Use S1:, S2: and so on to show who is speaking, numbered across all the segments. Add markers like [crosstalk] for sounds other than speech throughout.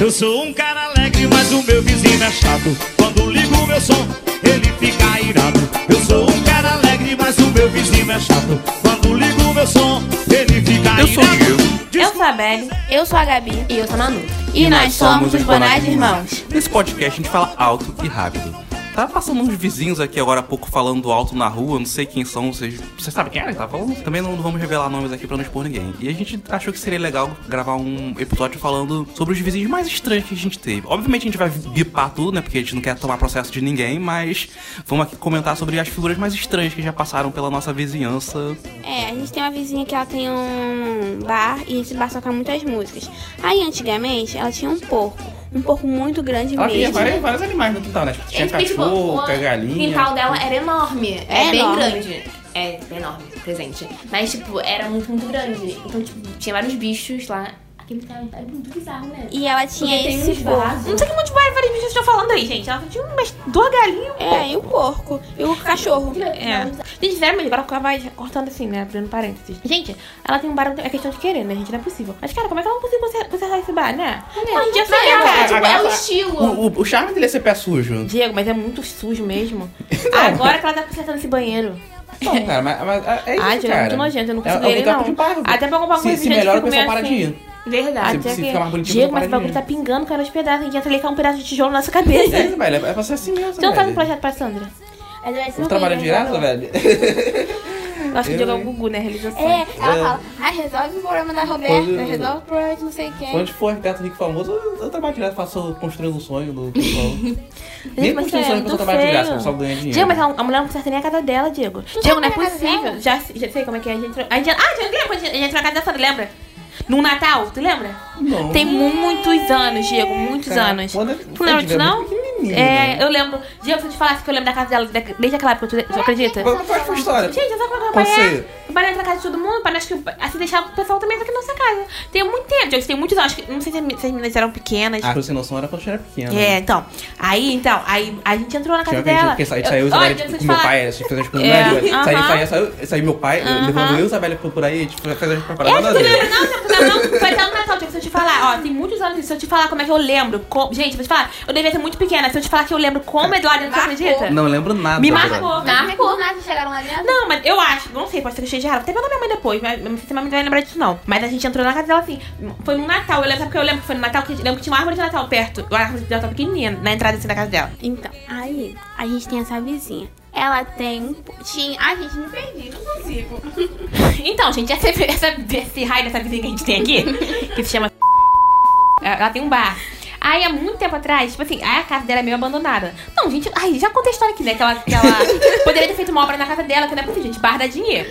S1: Eu sou um cara alegre, mas o meu vizinho é chato Quando ligo o meu som, ele fica irado Eu sou um cara alegre, mas o meu vizinho é chato Quando ligo o meu som, ele fica irado
S2: Eu sou o Diego.
S3: Eu sou a Belle, eu sou a Gabi e eu sou a Manu. E, nós somos os Bonais Irmãos.
S2: Nesse podcast a gente fala alto e rápido. Tá passando uns vizinhos aqui agora há pouco falando alto na rua, não sei quem são, vocês, vocês sabem quem é que tá falando? Também não vamos revelar nomes aqui pra não expor ninguém. E a gente achou que seria legal gravar um episódio falando sobre os vizinhos mais estranhos que a gente teve. Obviamente a gente vai bipar tudo, né? Porque a gente não quer tomar processo de ninguém, mas vamos aqui comentar sobre as figuras mais estranhas que já passaram pela nossa vizinhança.
S3: É, a gente tem uma vizinha que ela tem um bar e esse bar toca muitas músicas. Aí antigamente ela tinha um porco, um porco muito grande
S4: Ela tinha
S3: mesmo.
S4: vários, vários animais no quintal, né? Tipo, tinha cachorro, tinha
S5: O
S4: galinha.
S5: quintal dela era enorme. É,
S3: É
S5: bem
S3: enorme.
S5: grande. É enorme, presente. Mas, tipo, era muito, muito grande. Então, tipo, tinha vários bichos lá. Aquele quintal era muito bizarro, né?
S3: E ela tinha
S5: Porque tem
S3: esse
S5: uns
S3: porco.
S5: vasos.
S6: Não sei que monte de vários vários bichos estão falando aí, gente. Ela tinha umas duas galinhas.
S3: É, e o porco, e o cachorro.
S6: É. Gente, sério, mas agora ela vai cortando assim, né? Abrindo parênteses. Gente, ela tem um bar, é questão de querer, né, gente? Não é possível. Mas, cara, como é que ela não conseguiu conser- consertar esse bar, né? Hoje em dia você
S5: Mas
S6: quer,
S5: é,
S6: cara.
S5: tipo,
S4: Agora
S5: é o
S4: tá- O,
S5: estilo.
S4: o- o charme dele é ser pé sujo.
S6: Diego, mas é muito sujo
S4: [laughs]
S6: mesmo. Agora que ela tá consertando esse banheiro.
S4: Não, cara, mas, mas é isso,
S6: Ah, Diego, é
S4: cara.
S6: muito nojento, eu não
S4: É-
S6: consigo
S4: é um
S6: ele,
S4: lugar
S6: não.
S4: de barro.
S6: Até pra comprar
S4: Se-
S6: coisa
S4: Se
S6: de
S4: melhor, o
S6: comer
S4: pessoal para de
S6: assim.
S4: ir.
S6: Verdade.
S4: Se-
S6: Até
S4: se
S6: que...
S4: fica mais bonitinho,
S6: Diego,
S4: não
S6: mas
S4: para
S6: o
S4: de
S6: bagulho
S4: ir.
S6: tá pingando, cara, os pedaços. A gente ia até um pedaço de tijolo na nossa cabeça.
S4: É, velho, é pra ser assim mesmo.
S6: Você não faz
S4: velho.
S6: um projeto pra Sandra?
S3: Mas é vai ser
S4: Não trabalha
S3: horrível,
S4: direto,
S3: né?
S4: velho?
S6: Eu acho que o
S4: Eu,
S6: Diego é o
S4: hein?
S6: Gugu, né? Realização.
S3: É, ela fala, ah, resolve o problema da Roberta,
S4: Quando-
S3: resolve o problema de não sei
S6: É.
S3: quem.
S4: Quando for arquiteto rico famoso, eu, eu trabalho direto, faço construindo o sonho do pessoal. Nem né, construindo
S6: mas
S4: o
S6: isso
S4: sonho, a
S6: é
S4: pessoa
S6: muito
S4: trabalha de graça,
S6: feio.
S4: o pessoal ganha dinheiro.
S6: Diego, mas a, a mulher não conserta nem a casa dela, Diego. Diego, não é
S3: sabe a casa
S6: possível.
S3: dela?
S6: Já, já sei como é que é. A gente, entrou- a gente, ah, Diego, lembra quando a gente, a gente entrou na casa da Sandra, lembra? No Natal, tu lembra?
S4: Não.
S6: Tem mu- muitos anos, Diego, muitos
S4: Cara,
S6: anos.
S4: quando eu-
S6: Tu lembra
S4: eu
S6: disso,
S4: tiver
S6: não?
S4: muito pequenininho,
S6: É,
S4: né?
S6: eu lembro. Diego, se eu te falasse que eu lembro da casa dela de- desde aquela época, tu, tu acredita?
S4: Qual qual é a sua história?
S6: Gente, eu sabe como é que o
S4: Qual
S6: pai é?
S4: seria?
S6: O pai entra na casa de todo mundo, para nós que assim deixar o pessoal também aqui na nossa casa. Tem muito tempo, Diego, tem muitos anos. Acho que- Não sei se as men- se as meninas eram pequenas.
S4: Ah, que eu sem noção era quando eu era pequeno. né?
S6: É, então. Aí, então, aí a gente entrou na casa
S4: Tinha uma vez
S6: dela.
S4: que a gente saiu,
S6: Eu-
S4: Isabelle,
S6: Olha,
S4: tipo,
S6: deixa eu
S4: com
S6: te
S4: meu
S6: falar.
S4: pai, a gente fez as coisas
S6: É,
S4: na rua. Saiu,
S6: aham.
S4: saiu, saiu, saiu meu pai,
S6: Aham.
S4: levando eu e Isabelle por- por aí, tipo, fez as
S6: É,
S4: preparadas. nada a
S6: não,
S4: ver.
S6: não, não, não, vai estar no Natal, Diego, se eu te falar, ó, tem muitos anos, se eu te falar como é que eu lembro, co- gente, vou te falar, eu devia ser muito pequena, se eu te falar que eu lembro
S4: É.
S6: como Eduardo, você
S3: Marcou.
S6: acredita?
S2: Não lembro nada.
S6: Me
S2: cara.
S6: marcou,
S3: Mas
S6: marcou.
S3: do nada chegaram lá dentro.
S6: Não, mas eu acho, não sei, pode ser que eu esteja errado. Até pela minha mãe depois, mas não sei se a minha mãe vai lembrar disso, não. Mas a gente entrou na casa dela assim. Foi no Natal, eu lembro, sabe porque eu lembro que foi no Natal, que eu lembro que tinha uma árvore de Natal perto. Uma árvore de Natal pequenininha, na entrada assim da casa dela.
S3: Então, aí a gente tem essa vizinha. Ela tem um. po- Tinha. Ai, gente, me perdi, não consigo.
S6: [laughs] Então, gente, essa, essa, esse raio dessa vizinha que a gente tem aqui, que se chama. [laughs] Ela tem um bar. Aí, há muito tempo atrás, tipo assim, aí a casa dela é meio abandonada. Não, gente, ai, já contei a história aqui, né? Que ela, que ela poderia ter feito uma obra na casa dela, que não é possível, gente, bar dá dinheiro.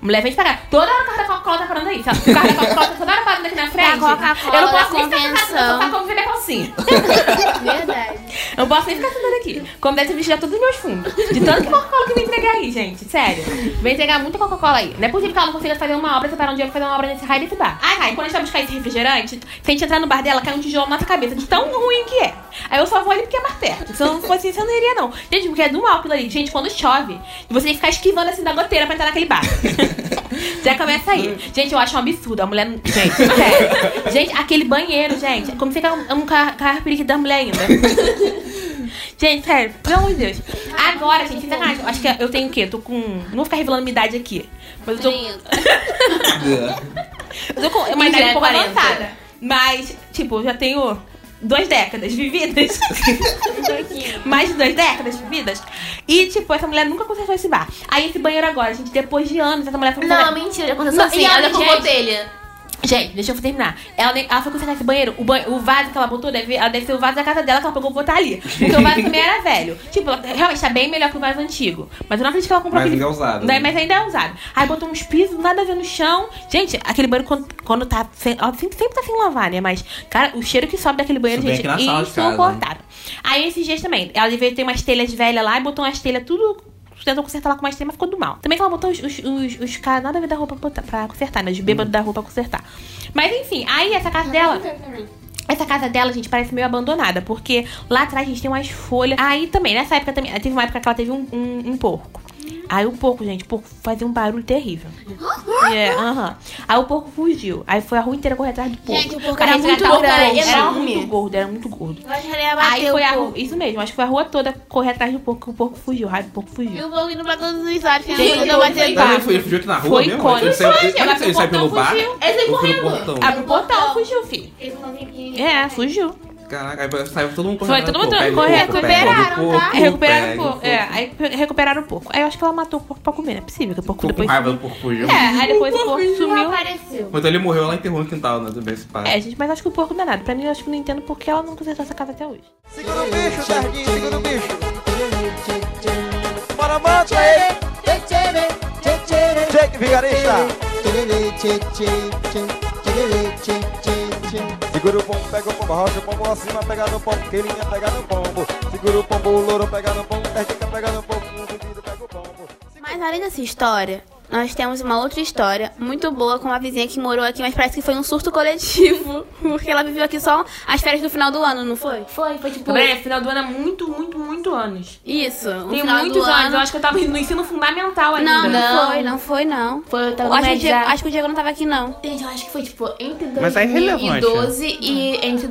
S6: Mulher vem de pagar. Toda hora o carro da Coca-Cola tá parando aí. sabe? O carro da Coca-Cola tá toda hora parando aqui na frente.
S3: Coca-Cola,
S6: eu não posso nem ficar
S3: convenção.
S6: sentada pra comer minha calcinha.
S3: [laughs] Verdade.
S6: Eu não posso nem ficar sentada aqui. Como deve ter visto já todos os meus fundos. De tanto que Coca-Cola que vem entregar aí, gente. Sério. Vem entregar muita Coca-Cola aí. Não é possível que ela não consiga fazer uma obra, separar um dinheiro pra fazer uma obra nesse raio desse bar. Ai, ai, quando a gente vai buscar esse refrigerante, se a gente entrar no bar dela, cai um tijolo na nossa cabeça, de tão ruim que é. Aí eu só vou ali porque é mais perto. Se eu não fosse isso, eu não iria, não. Gente, porque é do mal aquilo ali. Gente, quando chove, você tem que ficar esquivando assim da goteira pra entrar naquele bar. [laughs] Já começa aí. Gente, eu acho um absurdo. A mulher não. Gente, sério. Gente, aquele banheiro, gente. Como fica um, um car- carpirique da mulher ainda. Gente, sério, pelo amor de Deus. Agora, gente, fica mais. Acho que eu tenho o quê? Eu tô com. Não vou ficar revelando minha idade aqui. Mas eu tô, [laughs]
S4: É.
S6: eu tô com uma
S5: Mentira,
S6: idade um pouco
S5: é 40.
S6: avançada. Mas, tipo, eu já tenho duas décadas vividas. [laughs] mais de duas décadas vividas. E, tipo, essa mulher nunca consertou esse bar. Aí esse banheiro agora, gente, depois de anos, essa mulher foi
S5: Não,
S6: consertar-
S5: mentira, aconteceu
S6: Não, e
S5: assim.
S6: ela
S5: Ela
S6: gente-
S5: colocou telha.
S6: Gente, deixa eu terminar. Ela, ne- ela foi consertar esse banheiro. O, ban- o vaso que ela botou, deve, ela deve ser o vaso da casa dela que ela pegou botar ali. Porque o vaso também [laughs] era velho. Tipo, ela realmente tá bem melhor que o vaso antigo. Mas eu não acredito que ela comprou
S2: Mas
S6: aquele.
S2: ainda é usado,
S6: Não,
S2: né?
S6: Mas ainda é usado. Aí botou uns pisos, nada a ver no chão. Gente, aquele banheiro quando, quando tá. Sem, ó, sempre, sempre tá sem lavar, né? Mas, cara, o cheiro que sobe daquele banheiro,
S2: Isso bem
S6: gente,
S2: aqui na sala de casa, né?
S6: insuportável. Aí esses dias também, ela devia ter umas telhas velhas lá e botou umas telhas tudo. Tentou consertar lá com umas telhas, mas ficou do mal. Também que ela botou os, os, os, os caras nada a ver da roupa pra, botar- pra consertar, né? Os
S2: Hum.
S6: bêbados da roupa pra consertar. Mas enfim, aí essa casa dela. Essa casa dela, gente, parece meio abandonada, porque lá atrás a gente tem umas folhas. Aí também, nessa época também, teve uma época que ela teve um, um, um porco. Aí o porco, gente, o porco fazia um
S3: [gasps]
S6: barulho terrível. É, aham. Aí o porco fugiu. Aí foi a rua inteira correr atrás do porco.
S3: Gente, o porco
S6: era
S3: era
S6: muito
S3: resgatado,
S6: gordo,
S3: era
S6: era
S3: enorme.
S6: muito gordo, era muito gordo.
S3: Eu acho que ele ia bater
S6: Aí
S3: o
S6: foi a rua,
S3: porco.
S6: isso mesmo, acho que foi a rua toda correr atrás do porco, que o porco fugiu, raio do porco
S3: E
S6: fugiu.
S3: o porco indo pra todos os lados, que
S6: Gente,
S3: ele não
S6: eu
S3: bateu
S6: fui
S3: o
S6: pra-
S2: Mas
S3: barco.
S2: ele foi- ele fugiu aqui na rua
S6: Foi
S2: mesmo?
S6: icônico.
S2: Ele saiu-
S6: Foi,
S2: ele-
S6: agora
S2: ele
S6: que o
S2: saiu pelo
S6: portão
S2: bar?
S6: fugiu.
S5: Ele saiu
S2: Ou pelo
S5: correndo.
S2: portão?
S6: Abre o portão, fugiu, filho. É, fugiu.
S2: Caraca, aí saiu todo mundo
S6: Foi,
S2: correndo.
S6: todo
S2: atrás do
S6: mundo
S2: porco. Pega o
S6: correndo.
S2: porco, pega o
S3: Recuperaram,
S2: porco,
S3: tá?
S6: É, recuperaram o
S2: pega
S6: porco. É, aí pe- recuperaram o porco. Aí eu acho que ela matou o porco pra comer, não é possível, que o porco
S2: Ficou com
S6: depois.
S2: raiva do porco fugiu.
S6: É, aí depois o porco sumiu.
S5: apareceu.
S2: Quando ele morreu, ela enterrou no quintal, né? Também se pá.
S6: É, gente, mas acho que o porco não é nada. Pra mim, eu acho que não entendo porque ela não consertou essa casa até hoje.
S7: Segura o bicho, Sardinha, segura o bicho. Bora, mata ele. Jake Vigarista. Segura o pombo, pega o pombo, rocha o pombo acima, pega no pombo, queirinha, pega no pombo. Segura o pombo, o louro, pega no pombo, perdica, pega no pombo, o vivido, pega o pombo.
S3: Mas além dessa história, nós temos uma outra história muito boa com uma vizinha que morou aqui, mas parece que foi um surto coletivo. [laughs] Porque ela viveu aqui só as férias do final do ano, não foi?
S5: Foi, foi tipo.
S6: Breve, final do ano é muito, muito, muito anos.
S3: Isso. o
S6: Tem
S3: final
S6: muitos
S3: do
S6: anos.
S3: ano.
S6: Eu acho que eu tava no ensino fundamental ainda.
S3: Não, não
S5: Não.
S3: foi, não foi, não.
S5: Foi, eu
S3: Eu
S5: tava
S3: acho, que o
S5: média.
S3: Diego, acho que o Diego não tava aqui, não.
S5: Gente, eu acho que foi tipo entre
S8: Mas é irrelevante.
S5: 2012 e entre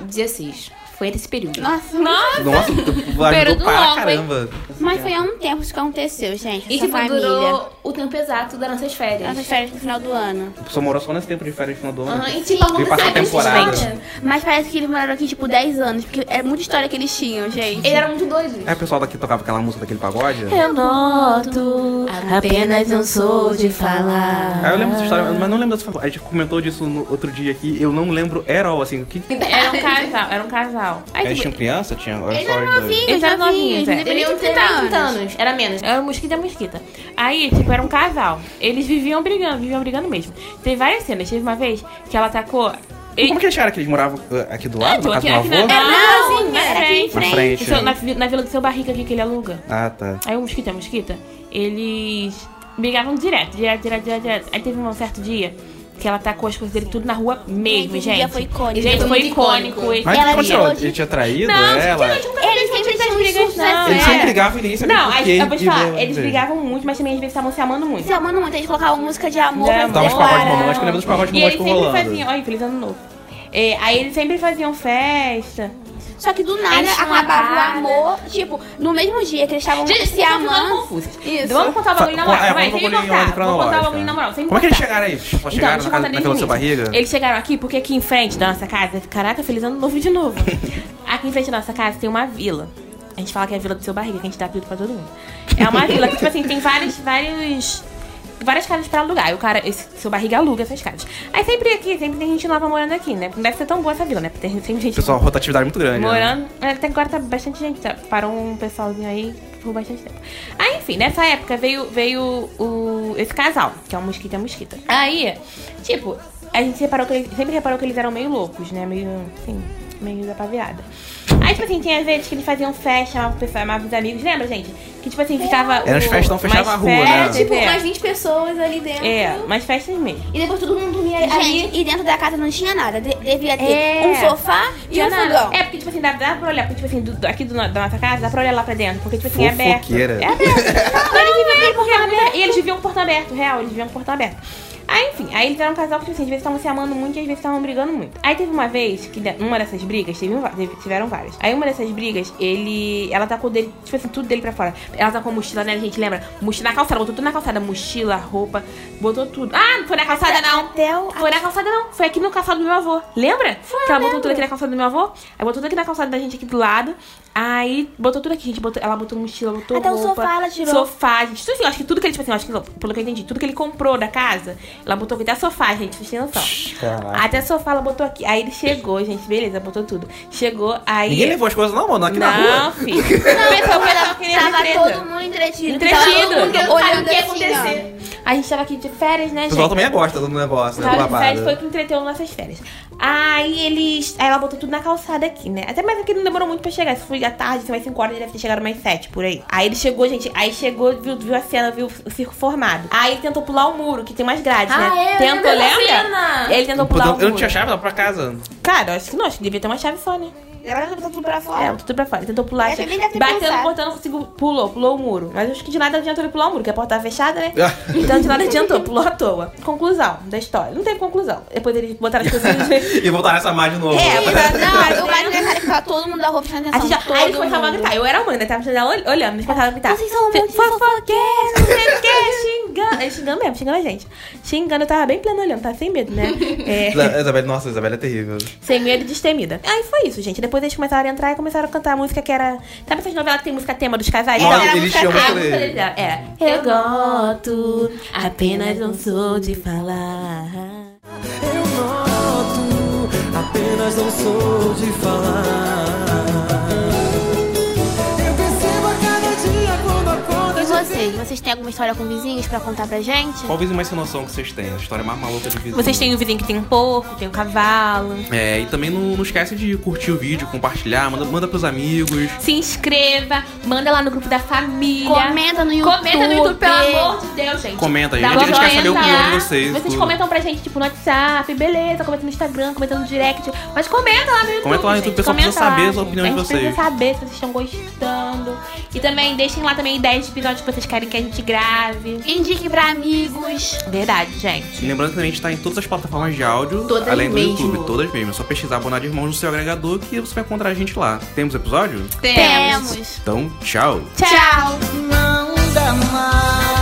S5: 2016. Foi entre esse período.
S3: Nossa,
S8: Nossa,
S6: [laughs]
S8: tu
S6: Período
S8: ajudou pra
S6: longo,
S8: caramba.
S3: mas foi há um tempo isso que aconteceu, gente.
S5: E
S3: Essa
S5: tipo,
S3: família.
S5: durou o tempo exato das nossas férias.
S3: Nossas férias do final do ano.
S4: A pessoa morou só nesse tempo de férias no final do ano.
S5: Aham, e tipo,
S8: Veio
S5: aconteceu
S8: passar
S5: até
S8: temporada.
S5: gente.
S3: Mas parece que eles moraram aqui, tipo, 10 anos. Porque é muita história que eles tinham, gente.
S5: Eles eram muito doidos.
S4: É,
S8: Aí o pessoal daqui tocava aquela música daquele pagode.
S6: Eu noto, apenas não sou de falar.
S4: Aí eu lembro dessa história, mas não lembro dessa história. A gente comentou disso no outro dia aqui, eu não lembro at all, assim, o que...
S3: É,
S6: Era um casal, era um casal. Aí,
S4: Eles
S6: tipo,
S4: tinham criança? Tinha... Olha
S3: Eles
S4: só,
S3: eram
S4: os dois.
S3: novinhos, né?
S6: Eles eram novinhos, é.
S3: independente
S5: Deveriam
S3: de
S5: ter
S3: 30
S5: 30
S3: um anos.
S5: anos. Era menos.
S6: Era o mosquito e a mosquita. Aí, tipo, era um casal. Eles viviam brigando, viviam brigando mesmo. Teve várias cenas. Teve uma vez que ela atacou. E...
S4: Como que eles acharam que eles moravam uh, aqui do lado,
S6: Tô
S4: no caso
S6: aqui,
S4: do
S6: É, aqui né? na...
S4: avô?
S6: Não,
S3: Não,
S6: na
S3: era aqui em
S6: frente.
S4: Na frente.
S6: Seu- Na, vi- na vila do seu barriga aqui que ele aluga.
S4: Ah, tá.
S6: Aí o mosquito e a mosquita, eles brigavam direto, direto, direto, direto, direto. Aí teve um certo dia que ela tacou as coisas dele tudo na rua mesmo,
S3: Esse
S6: gente.
S3: dia foi icônico.
S6: Gente, foi icônico. esse
S4: Mas o que
S6: dia.
S4: aconteceu? Ele tinha traído
S6: Não, tipo,
S4: ela?
S6: Eles sempre tinham brigas, não.
S4: É, Eles sempre
S6: é.
S4: brigavam e ninguém sabia
S6: Não,
S4: por
S6: aí,
S4: quê.
S6: eu vou te
S4: e
S6: falar,
S4: blá,
S6: eles
S4: blá, blá.
S6: brigavam muito, mas também às vezes estavam se amando muito.
S3: Se amando muito, eles colocavam música de amor.
S6: Não,
S3: pra
S4: Tava os
S3: circular.
S4: pagodes românticos, eu lembro dos pagodes
S6: E eles
S4: românticos
S6: sempre
S4: rolando.
S6: faziam. Olha, feliz ano novo. É, aí eles sempre faziam festa.
S3: Só que do nada
S5: Eles tinham
S3: acabava o
S5: uma
S3: amor, tipo, no mesmo dia que eles estavam se amando. Isso.
S6: Vamos contar o bagulho na
S4: Fa-
S6: moral.
S4: é,
S6: Vai,
S4: vamos
S6: sem me
S4: bolinha em ordem
S6: cortar. Vamos contar o
S4: cronológica.
S6: bagulho na moral. sem me
S4: Como é que eles
S6: cortar.
S4: chegaram aí? Tipo,
S6: Então,
S4: Chegaram
S6: deixa eu
S4: na
S6: contar
S4: casa na
S6: desde
S4: fila
S6: o
S4: do seu
S6: início.
S4: barriga?
S6: Eles chegaram aqui porque aqui em frente da nossa casa. Caraca, feliz ano novo de novo. aqui em frente da nossa casa tem uma vila. A gente fala que é a vila do seu barriga, que a gente dá apelido pra todo mundo. É uma vila que, tipo assim, tem vários, vários. Várias casas pra alugar. E o cara, esse seu barriga aluga essas casas. Aí sempre aqui, sempre tem gente nova morando aqui, né? Não deve ser tão boa essa vila, né? Porque tem sempre gente
S4: Pessoal, rotatividade muito grande. né?
S6: Morando. é, Até agora tá bastante gente. Tá? Parou um pessoalzinho aí por bastante tempo. Aí, enfim, nessa época veio, veio o, esse casal, que é o Mosquita e a Mosquita. Aí, tipo, a gente reparou que eles, sempre reparou que eles eram meio loucos, né? Meio, assim, meio da paviada. Aí, tipo assim, tinha vezes que eles faziam festa, chamavam, o pessoal, chamavam os amigos, lembra, gente? Que, tipo assim, ficava.
S4: Era as
S6: o-
S4: festas, não fechava
S6: mais
S4: a rua, né?
S6: festas,
S4: Era,
S3: Tipo,
S6: é.
S3: umas 20 pessoas ali dentro.
S6: É, mais festas mesmo.
S5: E depois todo mundo dormia
S3: Gente,
S5: ali.
S3: e dentro da casa não tinha nada. De- devia ter
S6: É.
S3: um sofá e
S6: Tinha
S3: um
S6: nada.
S3: fogão.
S6: É, porque, tipo assim, dá, dá pra olhar, porque, tipo assim, do- do- aqui do, no- da nossa casa, dá pra olhar lá pra dentro, porque, tipo assim, é aberto.
S4: Fofoqueira.
S6: É aberto. Não, eles viviam aquele portão aberto. E eles viviam um portão aberto, real, eles viviam um portão aberto. Aí, enfim, aí eles eram um casal que, tipo assim, às vezes estavam se amando muito e às vezes estavam brigando muito. Aí teve uma vez que de- uma dessas brigas, teve, um va- teve- tiveram várias. Aí uma dessas brigas, ele. Ela tacou dele, tipo assim, tudo dele pra fora. Ela tacou mochila, né, gente? Lembra? Mochila na calçada, botou tudo na calçada. Mochila, roupa, botou tudo. Ah, não foi na calçada, não.
S3: Até o-
S6: Foi na calçada não, foi aqui no calçado do meu avô. Lembra? que ela botou tudo aqui na calçada do meu avô. Aí botou tudo aqui na calçada da gente aqui do lado. Aí botou tudo aqui, gente. Botou, ela botou mochila, botou
S3: Até o
S6: roupa.
S3: sofá ela tirou.
S6: Sofá, gente. Tudo assim, eu acho que tudo que ele, tipo assim, eu acho que, pelo que eu entendi, tudo que ele comprou da casa, ela botou aqui. Até sofá, gente, vocês têm noção.
S4: caraca.
S6: Até sofá ela botou aqui. Aí ele chegou, gente, beleza, botou tudo. Chegou, aí...
S4: Ninguém levou as coisas não, mano, aqui na rua.
S6: Não, filho. Não, pessoal, que tava querendo
S3: Tava
S6: treta.
S3: todo mundo entretido.
S6: Entretido.
S3: Tava todo mundo
S6: Porque
S3: olhando
S5: o que ia
S3: assim, ó.
S5: acontecer.
S6: A gente tava aqui de férias, né,
S4: O
S6: gente?
S4: pessoal também gosta do negócio, né? do
S6: Sabe, de férias foi o
S4: babado.
S6: que entreteu nossas férias. Aí eles. Aí ela botou tudo na calçada aqui, né? Até mais aqui não demorou muito pra chegar. Se foi à tarde, se mais 5 horas, ele deve ter chegado mais 7 por aí. Aí ele chegou, gente. Aí chegou, viu, viu a cena, viu o circo formado. Aí ele tentou pular o muro, que tem mais grades,
S5: Ah,
S6: né?
S5: é, eu
S6: tentou,
S5: lembro dessa
S6: lembra?
S5: cena.
S6: Ele tentou pular o
S4: Então,
S6: muro.
S4: Eu não tinha chave, dava pra casa.
S6: Cara, eu acho que não, acho que devia ter uma chave só, né?
S3: Ela botou tudo pra
S6: É,
S3: fora.
S6: botou tudo pra fora. Ele Tentou pular,
S3: Essa
S6: já-
S3: nem deve ter
S6: batendo,
S3: pensado.
S6: cortando, conseguiu, assim, pulou, pulou o muro. Mas acho que de nada adiantou ele pular o muro, que a porta tava fechada, né? Então de nada adiantou, pulou à toa. Conclusão da história. Não teve conclusão. Depois eles botaram as pessoas.
S9: E
S3: [laughs]
S9: voltar nessa mais de novo.
S3: É, mas não, o mais legal é que tava todo mundo da roupa prestando
S6: Assim,
S3: atenção.
S6: já, aí eles
S3: todo
S6: começavam a
S3: mundo.
S6: gritar. Eu era a mãe, né? Tava ela olhando, eles começavam a gritar.
S3: Vocês são um monte de
S6: fofoqueiros, não sei o quê, xingando. Eles xingando mesmo, xingando a gente. Xingando, eu tava bem plena olhando, tava sem medo, né? É,
S9: Isa- Isabelle, nossa, Isabelle é terrível.
S6: sem medo e destemida. Aí foi isso, gente. Depois eles começaram a entrar e começaram a cantar a música que era. Sabe essas novelas que tem música tema dos casais?
S9: Nossa,
S6: Então,
S9: eles
S6: era a
S9: chamam
S6: música- a
S9: aquele-
S6: música deles era- É. Eu gosto, apenas não sou de falar.
S10: apenas não sou de falar. Eu percebo a cada dia quando acordo.
S3: E vocês? Vocês têm alguma história com vizinhos pra contar pra gente?
S4: Qual vizinho mais sem noção que vocês têm? A história mais maluca de vizinho.
S6: Vocês têm um vizinho que tem um porco, tem um cavalo.
S4: É, e também não, não esquece de curtir o vídeo, compartilhar, manda, manda pros amigos.
S6: Se inscreva, manda lá no grupo da família.
S3: Comenta no YouTube.
S6: Comenta no YouTube, pelo amor de Deus, gente.
S4: Comenta,
S6: Dá
S4: gente.
S6: uma
S4: A gente quer saber a
S6: comenta
S4: opinião
S6: lá.
S4: de vocês.
S6: Vocês
S4: tudo.
S6: comentam pra gente, tipo, no WhatsApp, beleza, comenta no Instagram, comenta no direct. Mas comenta lá no YouTube.
S4: Comenta lá no
S6: gente.
S4: YouTube, o pessoal
S6: Comenta
S4: precisa
S6: lá,
S4: saber a
S6: gente.
S4: opinião de
S6: A gente
S4: vocês.
S6: precisa saber se vocês estão gostando. E também deixem lá também ideias de episódios que vocês querem que a gente grave.
S3: Indique pra amigos.
S6: Verdade, gente.
S4: E Lembrando que a gente tá em todas as plataformas de áudio,
S5: Todas
S4: além
S5: mesmo.
S4: do YouTube, todas mesmo. É só pesquisar Bonar de Irmãos no seu agregador que você vai encontrar a gente lá. Temos episódio?
S3: Temos.
S4: Então, tchau!
S3: Tchau.
S10: Não dá mais.